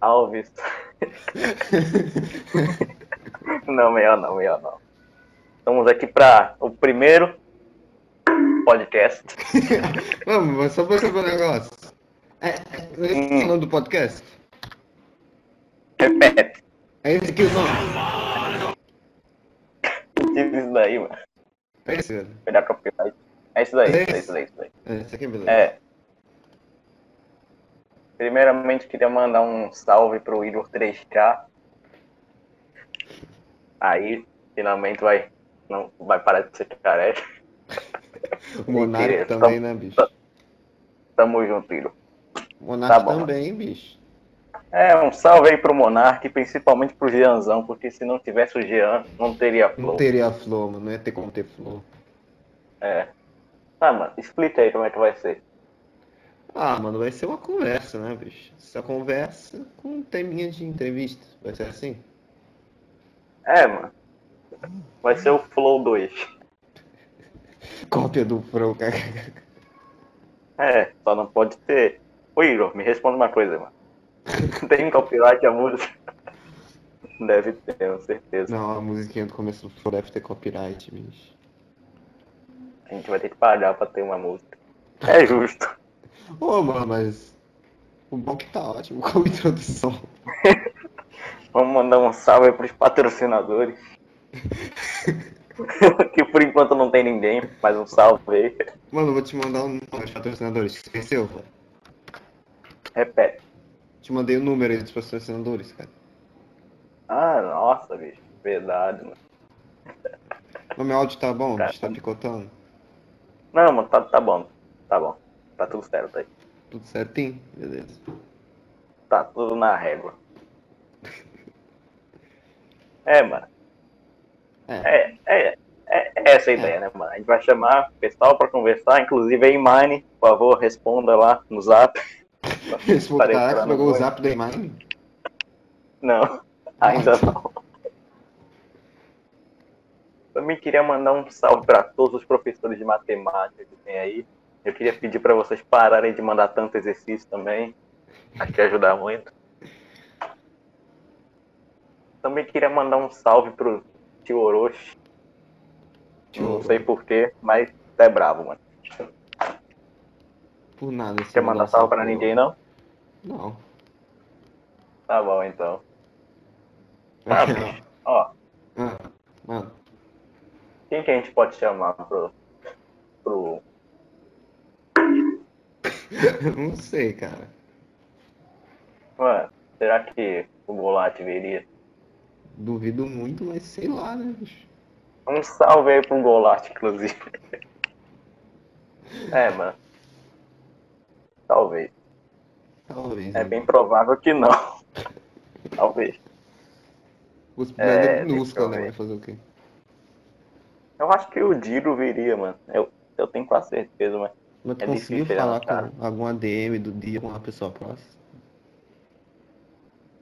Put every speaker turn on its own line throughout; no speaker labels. Salves. não, melhor não, melhor não. Estamos aqui para o primeiro podcast.
Vamos, mas só pra saber um negócio. É, é esse é o nome do podcast?
Repete.
É esse aqui o nome?
Diz isso daí, mano.
É esse, velho.
Pegar copyright. É isso daí, é isso daí, é isso daí.
É esse aqui, beleza.
É. Primeiramente, queria mandar um salve pro Igor 3K. Aí, finalmente vai. Não vai parar de ser careca.
O Monark
Mentira,
também, né, bicho?
Tá Tamo junto, Igor.
O Monark
bom.
também, bicho.
É, um salve aí pro Monark, principalmente pro Jeanzão, porque se não tivesse o Jean, não teria
Não
flow.
teria flow, mano. Não ia ter como ter flow.
Tá, mano, explica aí como é que vai ser.
Ah, mano, vai ser uma conversa, né, bicho? Essa conversa com um teminha de entrevista. Vai ser assim?
É, mano. Vai ser o Flow 2.
Cópia do Pro, cara.
É, só não pode ter. Ô Igor, me responde uma coisa, mano. Tem copyright a música? Deve ter, com certeza.
Não, a musiquinha do começo do Pro deve ter copyright, bicho.
A gente vai ter que pagar pra ter uma música. É justo.
Ô, mano, mas. O bom que tá ótimo como introdução.
Vamos mandar um salve aí pros patrocinadores. que por enquanto não tem ninguém, mas um salve aí.
Mano, eu vou te mandar o nome dos patrocinadores. Você esqueceu, pô?
Repete.
Te mandei o número aí dos patrocinadores, cara.
Ah, nossa, bicho. Verdade, mano.
Mas meu áudio tá bom,
Tá.
bicho, tá picotando.
Não, mano, tá, tá bom. Tá bom. Tá tudo certo aí.
Tudo certinho? Beleza.
Tá tudo na régua. É, mano.
É.
É, é, é, é essa a ideia, né, mano? A gente vai chamar o pessoal pra conversar, inclusive aí, Mine, por favor, responda lá no zap.
Esse pô, caraca,
entrando
você pegou o
agora.
zap da imagem?
Não, ainda não. Também queria mandar um salve pra todos os professores de matemática que tem aí. Eu queria pedir pra vocês pararem de mandar tanto exercício também. Acho que ajudar muito. Também queria mandar um salve pro tio Orochi. Não sei porquê, mas é bravo, mano.
Por nada. esse
Quer mandar
negócio
salve pra
aqui,
ninguém, não?
Não. Não.
Tá bom, então. Tá, bicho. Ó,
Ah, mano.
quem que a gente pode chamar pro, pro
Eu não sei, cara.
Mano, será que o Golate viria?
Duvido muito, mas sei lá, né, bicho?
Um salve aí pro Golate, inclusive. É, mano. Talvez.
Talvez.
É
né?
bem provável que não. Talvez.
Os
é,
é, minúscula,
deixa
né?
eu
Vai fazer o quê?
Eu acho que o Diro viria, mano. Eu, eu tenho quase certeza, mas.
Mas tu
É
conseguiu
difícil,
falar
né, cara?
com algum ADM do dia, com uma pessoa próxima?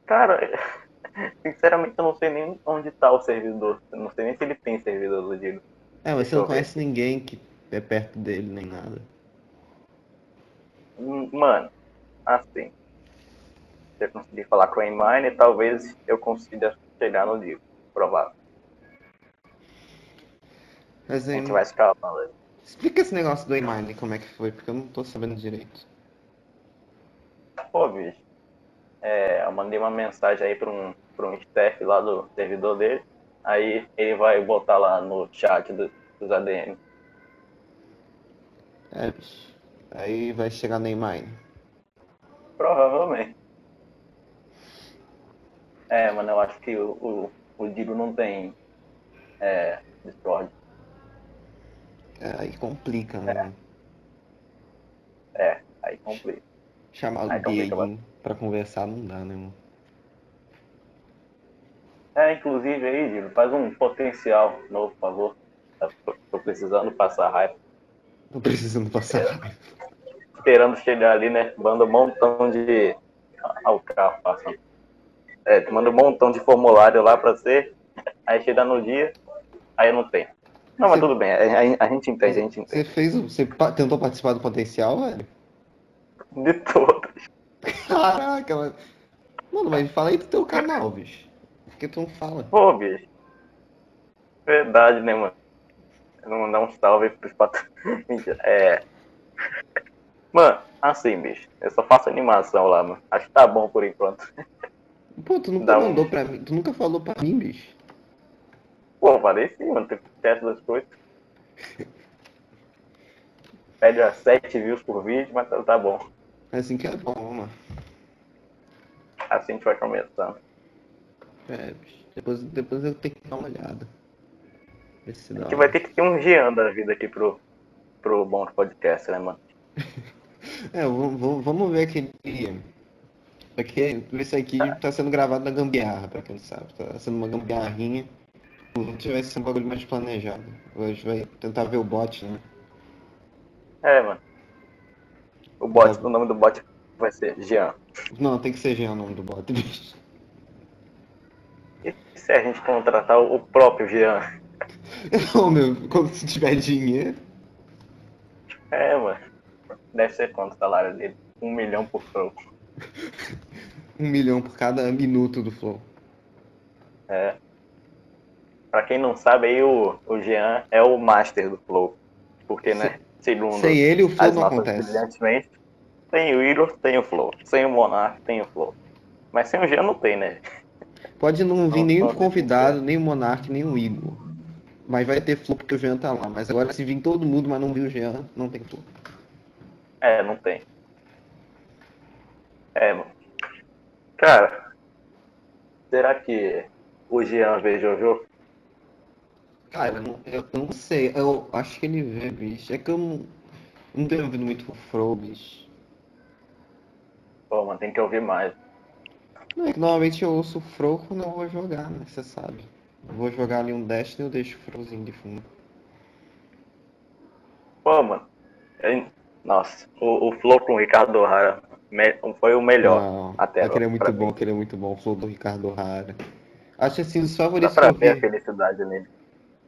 Cara, sinceramente eu não sei nem onde tá o servidor. Eu não sei nem se ele tem servidor do Diro.
É, mas
Deixa
você não
eu ver.
conhece ninguém que é perto dele, nem nada.
Hum, Mano, assim. Se eu conseguir falar com a Mine, talvez eu consiga chegar no Diro. Provável.
Mas
A
aí,
gente vai escalando aí.
explica esse negócio do Imine, como é que foi, porque eu não tô sabendo direito.
Pô, bicho. É, eu mandei uma mensagem aí pra um, pra um staff lá do servidor dele. Aí ele vai botar lá no chat do- dos ADM.
É, bicho. Aí vai chegar no Imine.
Provavelmente. É, mano, eu acho que o, o, o Digo não tem é, Discord.
É, aí complica, né?
É, aí complica.
Chamar
Aí
o
complica,
Diego pra conversar não dá, né, mano?
É, inclusive aí, Digo, faz um potencial novo, por favor. Tô, tô precisando passar raiva.
Tô precisando passar.
esperando chegar ali, né? Manda um montão de. Ah, o carro passa. É, tu manda um montão de formulário lá pra ser. Aí chega no dia, aí não tem. Não, mas
Você-
tudo bem, a, a- a gente entende, a gente entende.
Você fez o. Você pa- tentou participar é? do potencial, velho?
De todo.
Caraca, mano. Mano, mas fala aí do teu canal, bicho. Por que tu não fala?
Pô, bicho. Verdade, né, mano? Eu Não mandar um salve aí pros patos. Mentira. É. Mano, assim, bicho. Eu só faço animação lá, mano. Acho que tá bom por enquanto.
Pô, tu nunca
Dá um-
mandou pra mim. Tu nunca falou pra mim, bicho.
Pô, falei sim, mano. Tem teste das coisas. Pede umas 7 views por vídeo, mas tá- tá bom.
Assim que é bom, vamos lá.
Assim a gente vai começando.
É, bicho. Depois, depois eu tenho que dar uma olhada. Ver se
A
dá.
gente vai ter que ter um Jean da vida aqui pro, pro bom podcast, né, mano?
É, vamos, vamos- vamos ver aquele. Porque isso aqui tá sendo gravado na gambiarra, pra quem não sabe. Tá sendo uma gambiarrinha. Hoje vai ser um bagulho mais planejado. Hoje vai tentar ver o bot, né?
É, mano. O bot, o nome do bot vai ser Jean.
Não, tem que ser Jean o nome do bot, bicho.
E se a gente contratar o próprio Jean?
Não, meu, quando se tiver dinheiro.
É, mano. Deve ser quanto o salário dele? Um milhão por show.
Um milhão por cada minuto do Flow.
Pra quem não sabe, aí o, o Jean é o master do Flow. Porque, né? Segundo
Sem ele, o Flow
as
não
nossas
acontece.
brilhantemente, tem o Igor, tem o Flow. Sem o Monark, tem o Flow. Mas sem o Jean não tem, né?
Pode não vir
Não,
nenhum
não,
convidado, nem o Monark, nem o Igor. Mas vai ter Flow porque o Jean tá lá. Mas agora se vir todo mundo, mas não vir o Jean, não tem Flow.
É, não tem. É, mano. Cara, será que o Jean vê Jojo?
Cara, eu não- eu não sei. Eu acho que ele vê, bicho. É que eu não, não tenho ouvido muito o Flow, bicho.
Pô, mano, tem que ouvir mais.
Não, é que normalmente eu ouço o Flow quando eu vou jogar, né? Você sabe. Eu vou jogar ali um Destiny e eu deixo o Flowzinho de fundo.
Pô, mano. eu- Nossa, o, o Flow com o Ricardo O'Hara me- foi o melhor.
Não,
até
aquele é
agora,
muito
pra
bom,
mim.
aquele é muito bom. O Flow do Ricardo Rara. Acho assim, os
Dá
favoritos que
pra
eu
ver a
vi.
felicidade nele.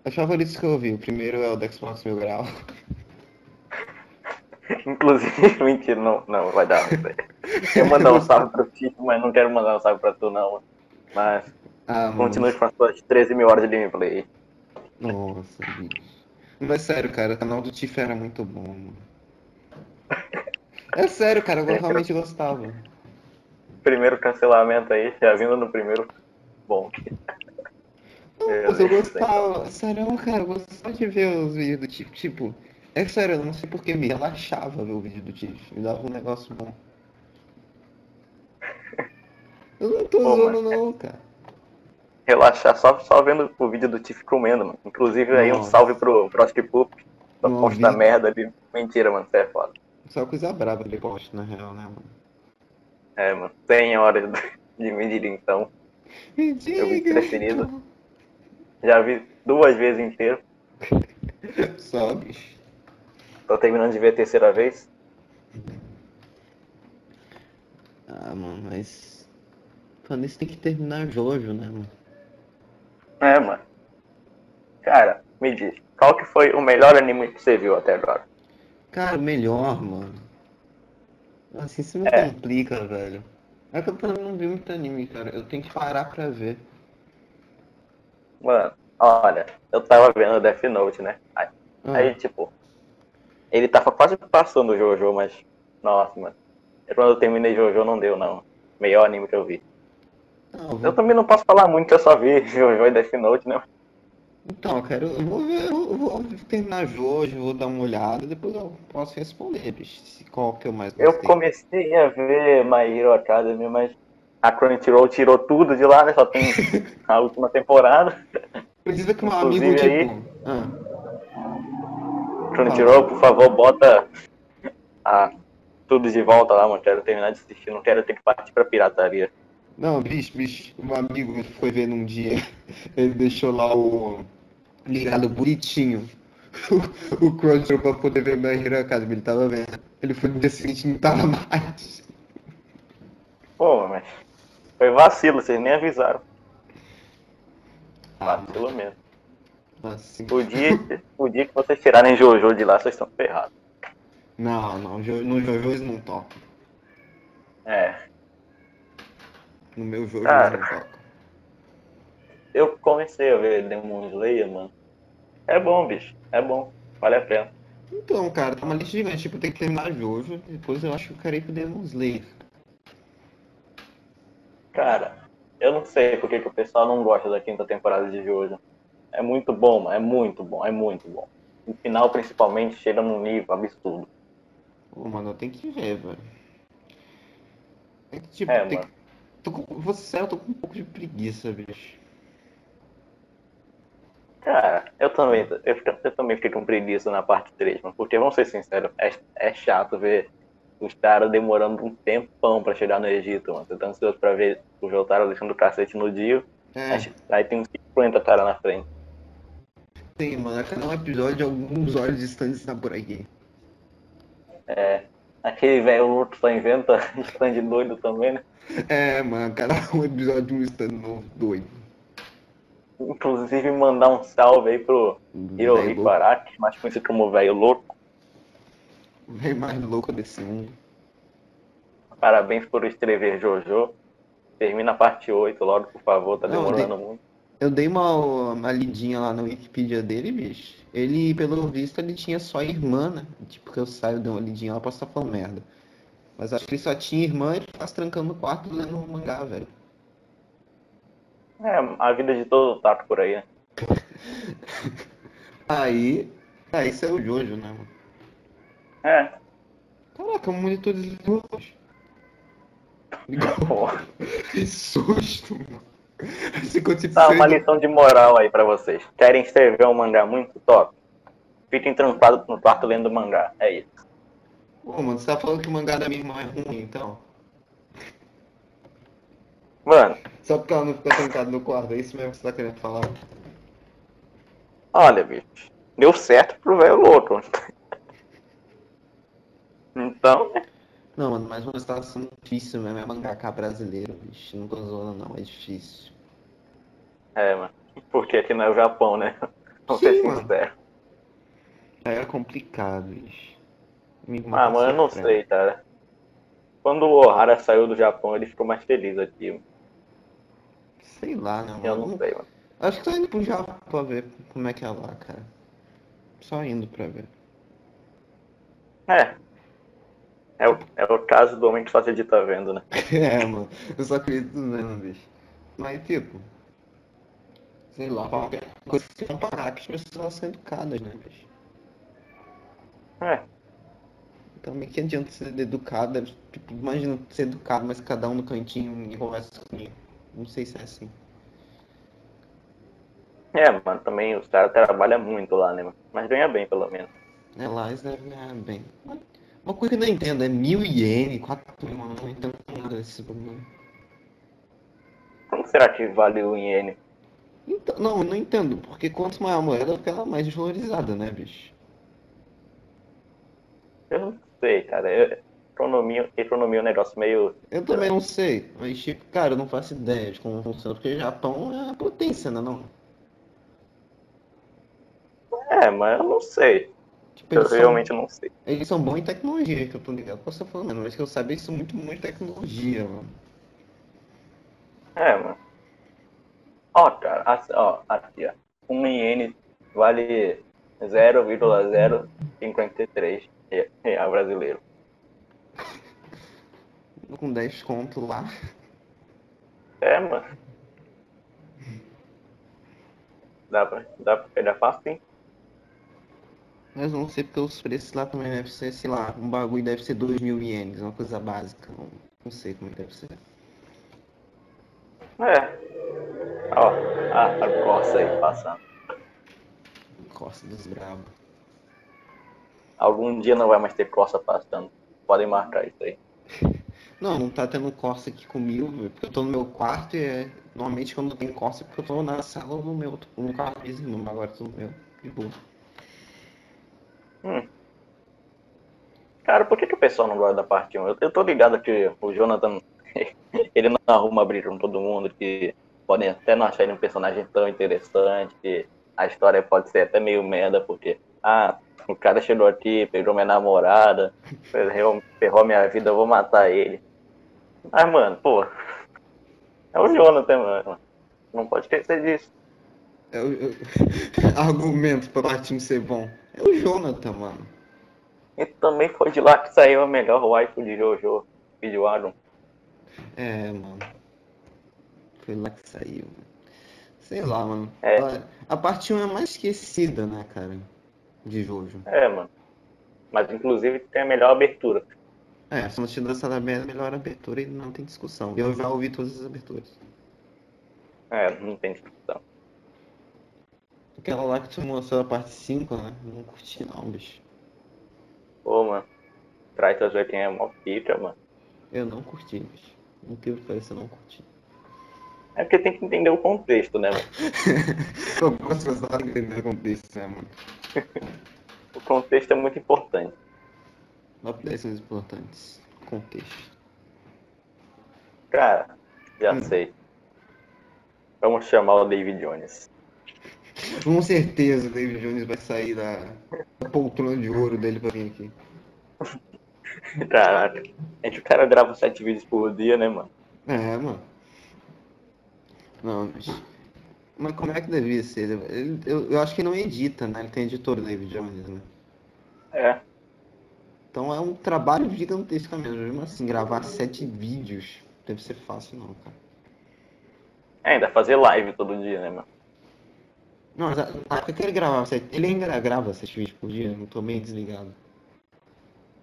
Os favoritos que eu vi. O primeiro é o do Xbox Mil Grau.
Inclusive, mentira, não, não vai dar. não sei. Eu ia mandar um salve pro Tito, mas não quero mandar um salve pra tu, não. Mas
Ah, mano.
continue com as suas 13 mil horas de gameplay.
Nossa, bicho. Mas sério, cara, o canal do Tiff era muito bom, mano. É sério, cara, eu realmente gostava.
Primeiro cancelamento aí, já vindo no primeiro. Bom, É,
Não, mas eu
né, então.
gostava. Sério, cara, eu gostava de ver os vídeos do Tiff. Tipo, é sério, eu não sei porque me relaxava ver o vídeo do Tiff. Me dava um negócio bom. Eu não tô
Pô,
zoando, não, cara.
relaxar só, só vendo o vídeo do Tiff comendo, mano. Inclusive, aí um
Nossa.
salve pro Frosty Poop. Só
Não
posta
vi.
merda ali. Mentira, mano, você é foda.
Só coisa brava ele gosta, na real, né, mano?
É, mano, 100 horas de medida então.
Me
Meu vídeo
diga.
preferido. Já vi duas vezes inteiro.
Só, bicho.
Tô terminando de ver a terceira vez.
Ah, mano, mas. Falando isso, tem que terminar Jojo, né, mano?
É, mano. Cara, me diz, qual que foi o melhor anime que você viu até agora?
Cara, melhor, mano. Assim se me
É.
complica, velho. É que eu também não vi muito anime, cara. Eu tenho que parar pra ver.
Mano, olha, eu tava vendo Death Note, né? Aí,
Ah,
aí, tipo, ele tava quase passando o Jojo, mas. Nossa, mano. Eu, Quando eu terminei Jojo, não deu, não. Melhor anime que eu vi.
não, eu vou-
Eu também não posso falar muito, que eu só vi Jojo e Death Note, né?
Então, eu quero. Eu vou ver, eu vou terminar Jojo, vou dar uma olhada, depois eu posso responder, bicho. se Qual que eu mais
Eu
gostei.
comecei a ver My Hero Academy, mas a Crunchyroll tirou tudo de lá, né? Só tem a última temporada.
Acredita que um amigo,
Inclusive aí-
tipo. Ah,
Crunchyroll, por favor, bota a- tudo de volta lá, mano. Quero terminar de assistir, não quero ter que partir pra pirataria.
não, bicho, bicho. Um amigo ele foi ver num dia. Ele deixou lá o. Ligado bonitinho. O, o Crunchyroll pra poder ver minha Hero Academy. Ele tava vendo. Ele foi no dia seguinte e não tava mais.
Pô, mas foi vacilo, vocês nem avisaram. Vacilo mesmo.
Assim.
O dia, o dia que vocês tirarem Jojo de lá, vocês estão ferrados.
Não, não, Jo- no Jojo eles não tocam.
É.
No meu jogo
Cara.
eles não tocam.
Eu comecei a ver Demon Slayer, mano. É bom, bicho. É bom. Vale a pena.
Então, cara, tá uma lista gigante. Tipo, eu tenho que terminar Jojo. Depois eu acho que eu quero ir pro Demon Slayer.
Cara, eu não sei por que, que o pessoal não gosta da quinta temporada de Jojo. É muito bom, mano. É muito bom. É muito bom. O final, principalmente, chega num nível absurdo.
Pô, mano, eu tenho que ver, velho. É que, tipo,
É,
tem
mano.
que... Tô com... Vou ser sincero, eu tô com um pouco de preguiça, bicho.
Cara, eu também, eu, fico- eu também fiquei com preguiça na parte 3, mano. Porque, vamos ser sinceros, é, é chato ver os caras demorando um tempão pra chegar no Egito, mano. Você tá ansioso pra ver os otários deixando o cacete no dia.
É,
Aí, aí tem uns 50 caras na frente.
tem, mano. A cada um episódio, alguns olhos distantes tá por aqui.
Aquele velho louco tá só inventa stand doido também, né?
É, mano, cada um episódio, um stand novo, doido.
Inclusive, mandar um salve aí pro
Véi
Hirohiko
louco-
Araki, mais conhecido como velho louco.
véi mais louco desse mundo.
Parabéns por escrever Jojo. Termina a parte 8 logo, por favor, tá
Não,
demorando muito.
Eu dei uma, uma lidinha lá na Wikipedia dele, bicho. Ele, pelo visto, ele tinha só irmã, né? Tipo, que eu saio, dou uma lidinha lá, posso estar falando merda. Mas acho que ele só tinha irmã e ele tava se trancando no quarto lendo um mangá, velho.
É, a vida de todo taco por aí, né?
Aí. Ah, isso é o Jojo, né, mano?
É,
Caraca, o monitor desligou. bicho.
pô.
Que susto, mano. Esse tipo
Tá uma lição de moral aí pra vocês. Querem escrever um mangá muito top? Fiquem trampados no quarto lendo mangá. É isso.
Pô, mano, você tá falando que o mangá da minha irmã é ruim, então?
Mano,
Só porque ela não ficou trancada no quarto, é isso mesmo que você tá querendo falar?
olha, bicho. Deu certo pro velho louco. Então,
Não, mano, mas uma situação difícil mesmo é mangaká brasileiro, bicho. Não tô zoando, não, é difícil.
é, mano. Porque aqui não é o Japão, né? Vamos ser
Sim, mano.
sinceros.
Aí é complicado, bicho. Minha irmã
Ah,
tá
mano, eu não
sofrendo.
sei, cara. Quando o Ohara saiu do Japão, ele ficou mais feliz aqui. mano.
Sei lá, né, mano?
Eu não sei, mano.
Acho que tô indo pro Japão pra ver como é que é lá, cara. Só indo pra ver.
É. É o, é o caso do homem que só acredita vendo, né?
É, mano, eu só acredito mesmo, bicho. Mas, tipo, sei lá, qualquer coisa que não um parar que as pessoas elas são educadas, né, bicho?
É.
Também Então, que adianta ser educada, tipo, imagina ser educado, mas cada um no cantinho e conversa comigo. Não sei se é assim.
É, mano, também os caras trabalham muito lá, né, mano? Mas ganha bem, pelo menos.
É lá, eles devem ganhar bem. Mas Uma coisa que eu não entendo é mil iene, quatro mil, mano, eu não entendo nada desse problema.
Como será que vale o iene?
Então, não, eu não entendo, porque quanto maior a moeda, fica ela mais desvalorizada, né, bicho?
Eu não sei, cara. Eu- economia, economia é um negócio meio.
Eu também não sei, mas tipo, cara, eu não faço ideia de como funciona, porque o Japão é uma potência, né, não?
É, mas eu não sei.
Tipo,
Eu
eles, são,
realmente não sei.
eles são bons em tecnologia, que eu tô ligado. Posso estar falando, mas que eu sabia, eles são muito bons em tecnologia, mano.
É, mano. Ó, cara, assim, ó, aqui, ó. Um iene vale 0,053 re- real brasileiro.
Com 10 conto lá.
É, mano. Dá pra, dá pra pegar fácil, hein?
Mas não sei porque os preços lá também devem ser, sei lá, um bagulho deve ser 2 mil ienes, uma coisa básica. Não, não sei como deve ser.
É. Ó, a, a costa aí passando.
Costa dos bravos.
Algum dia não vai mais ter costa passando. Podem marcar isso aí.
Não, não tá tendo Corsa aqui comigo, velho, porque eu tô no meu quarto e é... normalmente quando tem Corsa é porque eu tô na sala ou no meu, tô no quarto vizinho, mas agora eu tô no meu, de boa.
Cara, por que, que o pessoal não gosta da parte 1? Eu, eu tô ligado que o Jonathan, ele não arruma briga com todo mundo, que podem até não achar ele um personagem tão interessante, que a história pode ser até meio merda, porque, ah, o cara chegou aqui, pegou minha namorada, ferrou ferrou minha vida, eu vou matar ele. Mas, mano, pô, É o Jonathan, mano. Não pode esquecer disso.
É o- eu- Argumento pra o time ser bom. É o Jonathan, mano.
E também foi de lá que saiu a melhor wife de Jojo e de Adam.
É, mano. Foi lá que saiu, mano. Sei lá, mano.
É.
A- A parte 1 é mais esquecida, né, cara? De Jojo.
É, mano. Mas inclusive tem a melhor abertura.
É, só te dança da merda, melhor abertura e não tem discussão. Eu já ouvi todas as aberturas.
É, não tem discussão.
Aquela lá que tu mostrou a parte 5, né? Não curti não, bicho.
Pô, mano. Traz suas oitinhas é mó pica, mano.
Eu não curti, bicho. Incrível que pareça, eu não curti.
É porque tem que entender o contexto, né, mano?
Eu gosto de gostar de entender o contexto, né, mano?
O contexto é muito importante.
Top 10 coisas importantes. Contexto.
Cara, já sei. Vamos chamar o David Jones.
Com certeza o David Jones vai sair da, da poltrona de ouro dele pra vir aqui.
Caraca. A gente, o cara grava sete vídeos por dia, né, mano?
É, mano. Não, mas... Mas como é que devia ser? Ele- eu, eu acho que ele não edita, né? Ele tem editor, o David Jones, né?
É.
Então é um trabalho gigantesco mesmo. Mesmo assim, gravar sete vídeos deve ser fácil, não, cara.
É, Ainda fazer live todo dia, né, mano?
Não, mas a a época que ele gravava sete... Ele ainda grava sete vídeos por dia? Eu não tô meio desligado.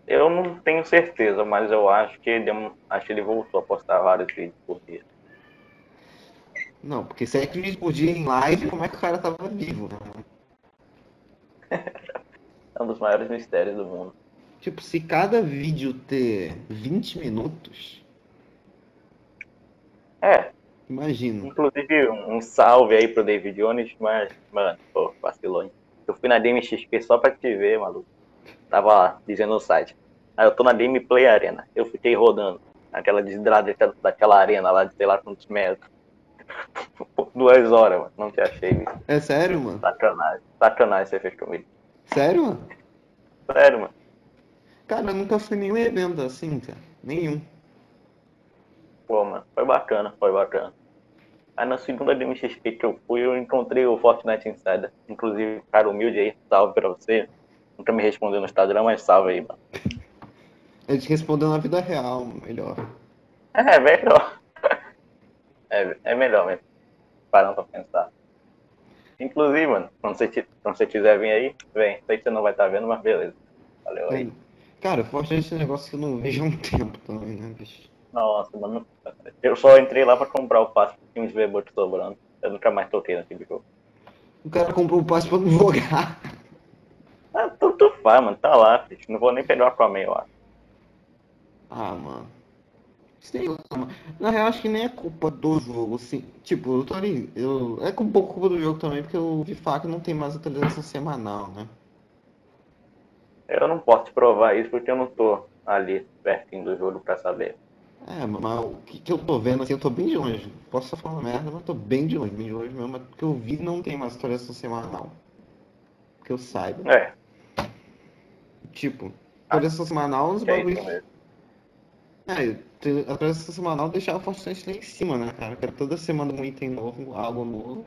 Eu não tenho certeza, mas eu acho que ele, é um, acho que ele voltou a postar vários vídeos por dia.
Não, porque sete vídeos por dia em live, como é que o cara tava vivo, né?
É um dos maiores mistérios do mundo.
Tipo, se cada vídeo ter 20 minutos,
É,
imagina.
inclusive um um salve aí pro David Jones, mas, mano, pô, vacilou, hein? Eu fui na DMXP só pra te ver, maluco. Tava lá, dizendo no site. Aí eu tô na Gameplay Arena. Eu fiquei rodando naquela desdrada daquela arena lá de sei lá quantos metros. Por Duas horas, mano. Não te achei, bicho.
É sério, mano?
Sacanagem. Sacanagem você fez comigo.
Sério, mano?
Sério, mano.
Cara, eu nunca fui em nenhum evento assim, cara. Nenhum.
Pô, mano, foi bacana, foi bacana. Aí na segunda DMXP que eu fui, eu encontrei o Fortnite Insider. Inclusive, um cara humilde aí, salve pra você. Nunca me respondeu no Instagram, mas salve aí, mano.
Ele te respondeu na vida real, melhor.
É melhor. É, é melhor mesmo. Parando pra pensar. Inclusive, mano, quando você, ti- quando você quiser vir aí, vem. Sei que você não vai estar vendo, mas beleza. Valeu aí.
Cara, Fortnite é um negócio que eu não vejo há um tempo também, né, bicho?
Nossa, mano. Eu só entrei lá pra comprar o passe, porque tinha uns V-Bucks sobrando. Eu nunca mais toquei naquele jogo.
O cara comprou um passe pra não jogar.
Ah, tanto faz, mano. Tá lá, bicho. Não vou nem pegar o Aquaman, eu acho.
Ah, mano. Sei lá, mano. Na real, acho que nem é culpa do jogo, assim. Tipo, eu tô ali. Eu... É um pouco culpa do jogo também, porque o Vifac não tem mais atualização semanal, né?
Eu não posso te provar isso porque eu não tô ali pertinho do jogo pra saber.
É, mas o que, que eu tô vendo assim, eu tô bem de longe. Posso só falar merda, mas eu tô bem de longe, bem de longe mesmo. Mas o que eu vi não tem mais atualização semanal. Que eu saiba.
É,
Tipo, atualização semanal nos
é isso
bagulhos.
mesmo.
É, te- a atualização semanal deixava bastante lá em cima, né, cara? Que era toda semana um item novo, algo novo.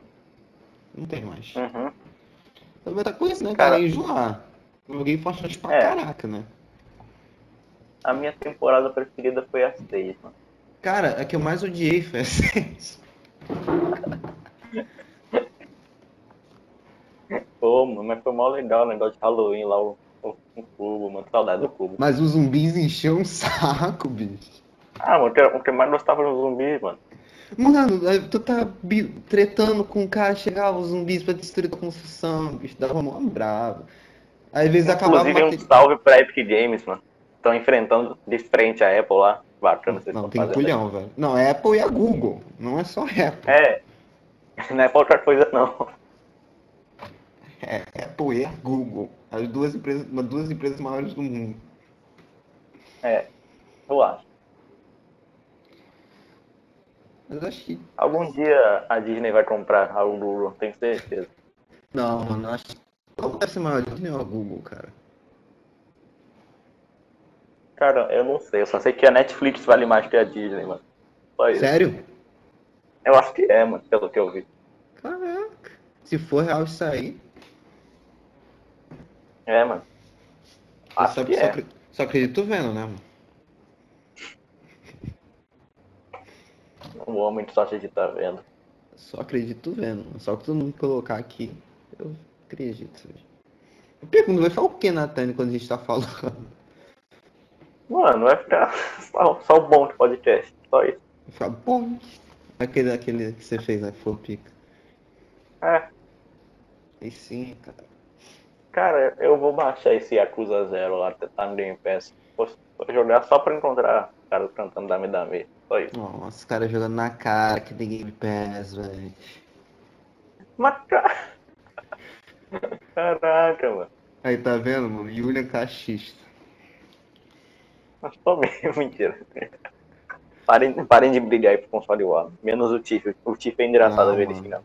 Não tem mais.
Uhum.
Também outra coisa, né,
Cara-
cara? É enjoar. Eu Joguei Fortnite pra
É.
caraca, né?
A minha temporada preferida foi a 6, mano.
Cara, a que eu mais odiei foi a 6.
Pô, mano, mas foi mó legal o negócio de Halloween lá, o, o, o cubo, mano. Saudade do cubo.
Mas os zumbis encheram um saco, bicho.
Ah, mano, o que, o que eu mais gostava dos zumbis, mano.
Mano, aí tu tá bi- tretando com o cara, chegava os zumbis pra destruir a construção, bicho, dava mó brava. Aí às vezes acabava
Inclusive, um
matando.
salve pra Epic Games, mano. Estão enfrentando de frente a Apple lá. Bacana, vocês
Não,
estão
tem
tá fazendo.
culhão, velho. Não, é Apple e a Google. Não é só Apple.
É, não é qualquer coisa, não.
É Apple e a Google. As duas empresas, uma- duas empresas maiores do mundo.
É, eu acho.
Mas eu acho que.
Algum dia a Disney vai comprar a Google, tenho certeza.
Não, mano, eu acho que. Qual deve ser maior Disney ou a Google, cara?
Cara, eu não sei, eu só sei que a Netflix vale mais que a Disney, mano. Só É isso.
Sério?
Eu acho que é, mano, pelo que eu vi.
Caraca. Se for real isso aí,
É, mano.
eu
Acho
só,
que
só
é.
acre- só acredito vendo, né, mano?
O homem só acha de tá vendo.
Só acredito vendo. mano. Só que todo mundo colocar aqui, eu acredito. Eu pergunto, vai falar o que, Natane, quando a gente tá falando?
Mano, vai ficar só, só o bom de podcast. Só isso.
Eu falo, bom. Aquele, aquele que você fez, né? que Foi o pica.
É,
Aí sim, cara.
cara, eu vou baixar esse Yakuza Zero lá, tá no Game Pass. Vou, vou jogar só pra encontrar o cara cantando Dame Dame. Só isso.
Nossa, os caras jogando na cara que tem Game Pass, velho.
Mas, cara... Caraca, mano.
Aí tá vendo, mano? Julian Cachista.
Mas só mesmo, mentira. Parem, parem de brigar aí pro console War. Menos o Tiff. O Tiff é engraçado
Não,
ver ele
mano.
xingando.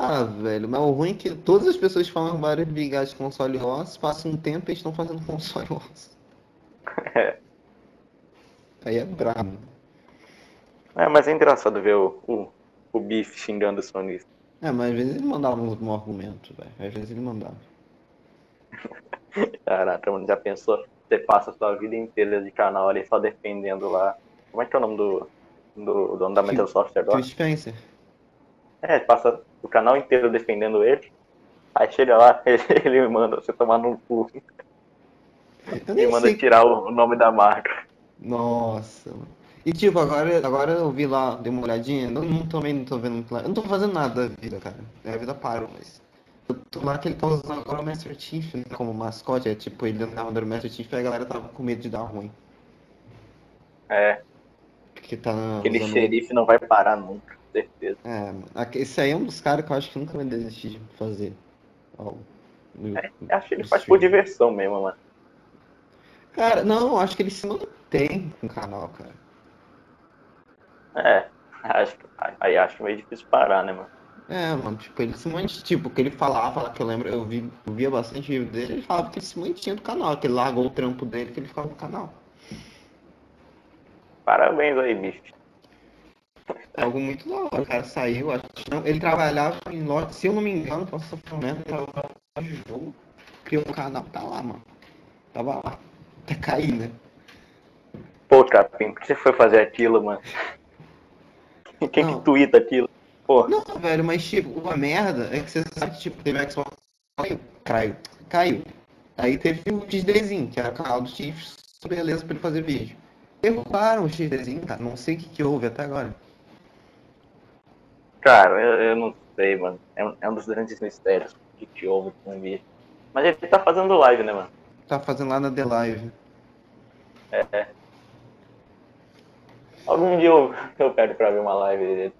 Ah, velho, mas o ruim é que todas as pessoas falam que barulho de brigar de console OS, passa um tempo e eles estão fazendo console OS.
É.
Aí é brabo.
É, mas é engraçado ver o, o, o Biff xingando o Sony.
É, mas às vezes ele mandava um, um argumento, velho. Às vezes ele mandava.
Caraca, mano, já pensou? Você passa a sua vida inteira de canal ali só defendendo lá. Como é que é o nome do, do dono da Microsoft
Phil
agora?
Spencer.
É, passa o canal inteiro defendendo ele. Aí chega lá, ele, ele manda você tomar no cu
Eu
e
nem
manda
sei.
tirar o, o nome da marca.
Nossa, mano. E tipo, agora, agora eu vi lá, dei uma olhadinha, não, não também não tô vendo muito lá. Eu não tô fazendo nada da vida, cara. É, A vida parou, mas. Eu tô lá que ele tá usando agora o Master Chief né, como mascote. É tipo, ele andava dando Master Chief e a galera tava com medo de dar ruim.
É,
Porque tá
aquele
usando-
xerife não vai parar nunca, com certeza.
É, mano. Aque- esse aí é um dos caras que eu acho que nunca vai desistir de fazer. algo no-
Eu acho que ele faz por diversão mesmo, mano.
Cara, não, eu acho que ele se mantém com o canal, cara.
É, acho, aí acho meio difícil parar, né, mano?
É, mano, tipo, ele se mantinha, tipo, o que ele falava lá, que eu lembro, eu, vi, eu via bastante vídeo dele, ele falava que ele se mantinha do canal, que ele largou o trampo dele, que ele ficava no canal.
Parabéns aí, bicho.
É algo muito da hora, o cara saiu, acho que não, ele trabalhava em loja, se eu não me engano, posso estar falando, merda, ele trabalhava em loja de jogo, criou um canal, tá lá, mano. Tava lá, até cair, né?
Pô, Capim, por que você foi fazer aquilo, mano? Quem
Não.
que tuita aquilo? Pô,
Não, velho, mas tipo, a merda é que você sabe que tipo, teve Xbox caiu, caiu, caiu. Aí teve o XDzinho, que era o canal do Chiefs, beleza pra ele fazer vídeo. Derrubaram o XDzinho, cara, não sei o que, que houve até agora.
cara, eu, eu não sei, mano. É um, é um dos grandes mistérios que te ouve com o bicho. Mas ele tá fazendo live, né, mano?
Tá fazendo lá na The Live.
Algum dia eu, eu pego pra ver uma live dele.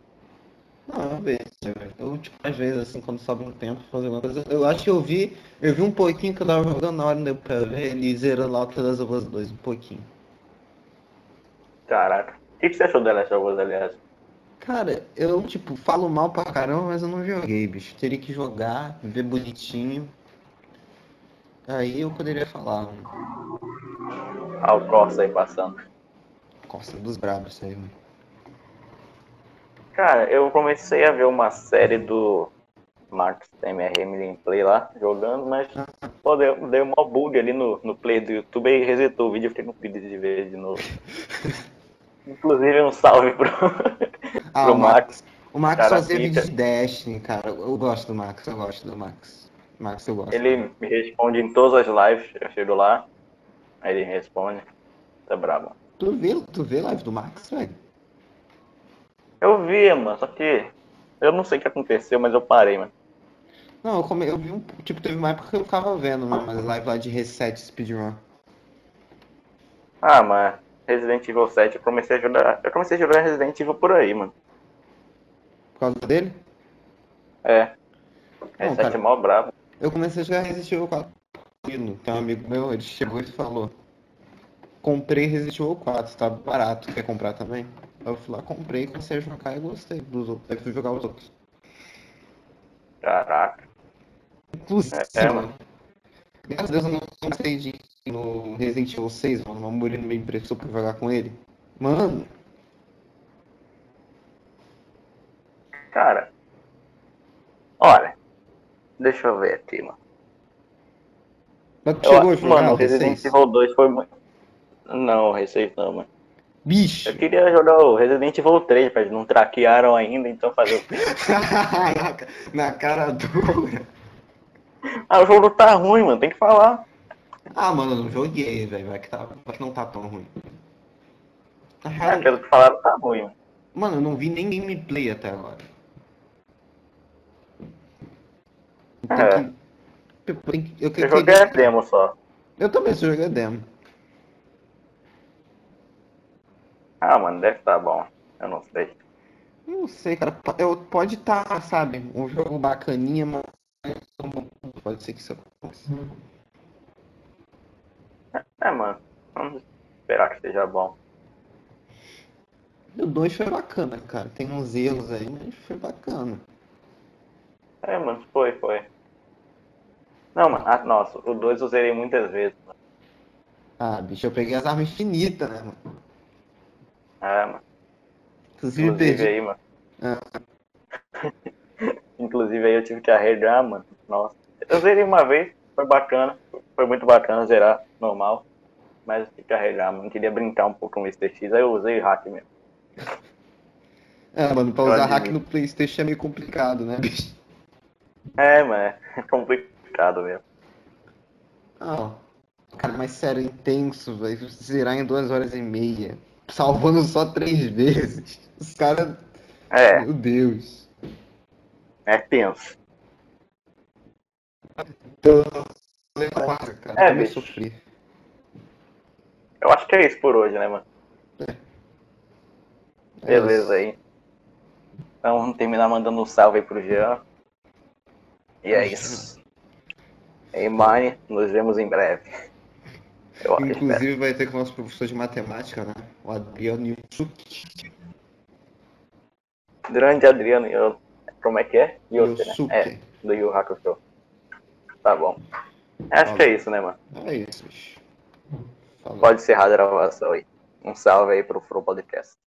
Não, eu vejo, velho. Eu, tipo, às vezes, assim, quando sobra um tempo, fazendo uma coisa. Eu acho que eu vi, eu vi um pouquinho que eu tava jogando na hora, não deu pra ver, ele zerou lá o The Last of Us 2, um pouquinho.
Caraca. O que, que você achou da Last of Us, aliás?
Cara, eu, tipo, falo mal pra caramba, mas eu não joguei, bicho. Teria que jogar, ver bonitinho. Aí eu poderia falar. um, mano.
Ah, o Corsa aí passando.
Costa dos Brabos, isso aí, mano.
Cara, eu comecei a ver uma série do Marcos MRM Gameplay lá, jogando, mas pô, deu, deu mó bug ali no, no play do YouTube e resetou o vídeo, eu fiquei com preguiça de ver de novo. Inclusive um salve pro,
Ah,
pro
o Max.
Max.
O Max
Cara,
só fazia vídeo
fica.
de Destiny, cara. Eu, eu gosto do Max, eu gosto do Max. Max, eu gosto.
Ele me responde em todas as lives, eu chego lá, aí ele me responde. Tá brabo.
Tu vê, tu vê live do Max, velho?
Eu vi, mano, só que eu não sei o que aconteceu, mas eu parei, mano.
Não, eu, come... eu vi um. Tipo, teve uma época que eu ficava vendo, mano, mas live lá de reset speedrun.
Ah, mas Resident Evil 7, eu comecei a jogar. Eu comecei a jogar Resident Evil por aí, mano.
Por causa dele?
É. É
Não,
7
cara.
é mó brabo.
Eu comecei a jogar Resident Evil 4. Tem um amigo meu, ele chegou e falou: Comprei Resident Evil 4, tá barato, quer comprar também? Aí eu fui lá, comprei, comecei a jogar e gostei dos outros. Aí fui jogar os outros.
Caraca.
Inclusive,
É, é,
mano. Graças a Deus eu não comecei de no Resident Evil 6, mano. Uma mulher me emprestou pra jogar com ele. Mano,
Deixa eu ver aqui, mano.
Mas tu
Eu-
chegou a jogar
mano,
o
Resident
6?
Evil 2 foi muito. Não, Resident não, mano.
Bicho!
Eu queria jogar o Resident Evil 3, mas não traquearam ainda, então fazer o quê?
Caraca, na cara dura.
Ah, o jogo tá ruim, mano, tem que falar.
Ah, mano, eu não joguei, velho. Vai, que tá- vai que não tá tão ruim. Na real,
Aquilo que falaram tá ruim, mano.
Mano, eu não vi nem gameplay até agora. Eu tenho
É.
que- eu tenho Então, que- Eu, que-
Eu joguei a demo só.
eu também sou joguei demo.
Ah, mano, deve tá bom. Eu não sei.
Não sei, cara. po- Eu, pode estar, sabe, um jogo bacaninha, mas pode ser que isso aconteça.
É, mano, vamos esperar que seja bom.
O 2 foi bacana, cara. Tem uns erros aí, mas foi bacana.
É, mano, foi, foi. Não, mano, ah, nossa, o 2 eu zerei muitas vezes. mano.
Ah, bicho, eu peguei as armas infinitas, né, mano?
Ah, mano,
Inclusive, perdi.
inclusive aí, mano.
Ah.
Inclusive aí eu tive que arregar, mano. Nossa, eu zerei uma vez, foi bacana, foi muito bacana zerar, normal. Mas eu tive que arregar, mano, queria brincar um pouco com o Mr. X, aí eu usei hack mesmo.
É, mano, pra
Eu
usar hack
admito.
no Playstation é meio complicado, né, bicho?
É, mano, é complicado mesmo.
Ah, cara, mas sério, é intenso, velho. Zerar em duas horas e meia. Salvando só três vezes. Os caras.
É,
Meu Deus.
é tenso.
Quase, cara.
É,
como eu
bicho.
sofri.
Eu acho que é isso por hoje, né, mano?
É
Beleza
isso.
aí. Então vamos terminar mandando um salve aí pro Jean. E é isso. E Mari, nos vemos em breve. Eu é espero.
Inclusive, vai ter com o nosso professor de matemática, né? O Adriano Yusuke.
Grande Adriano, eu... como é que é? Yosuke, né?
Yusuke.
É, do Yu Hakusho. Tá bom. Acho que é isso, né, mano?
É isso, bicho. Falou.
Pode encerrar a gravação aí. Um salve aí pro Fro Podcast.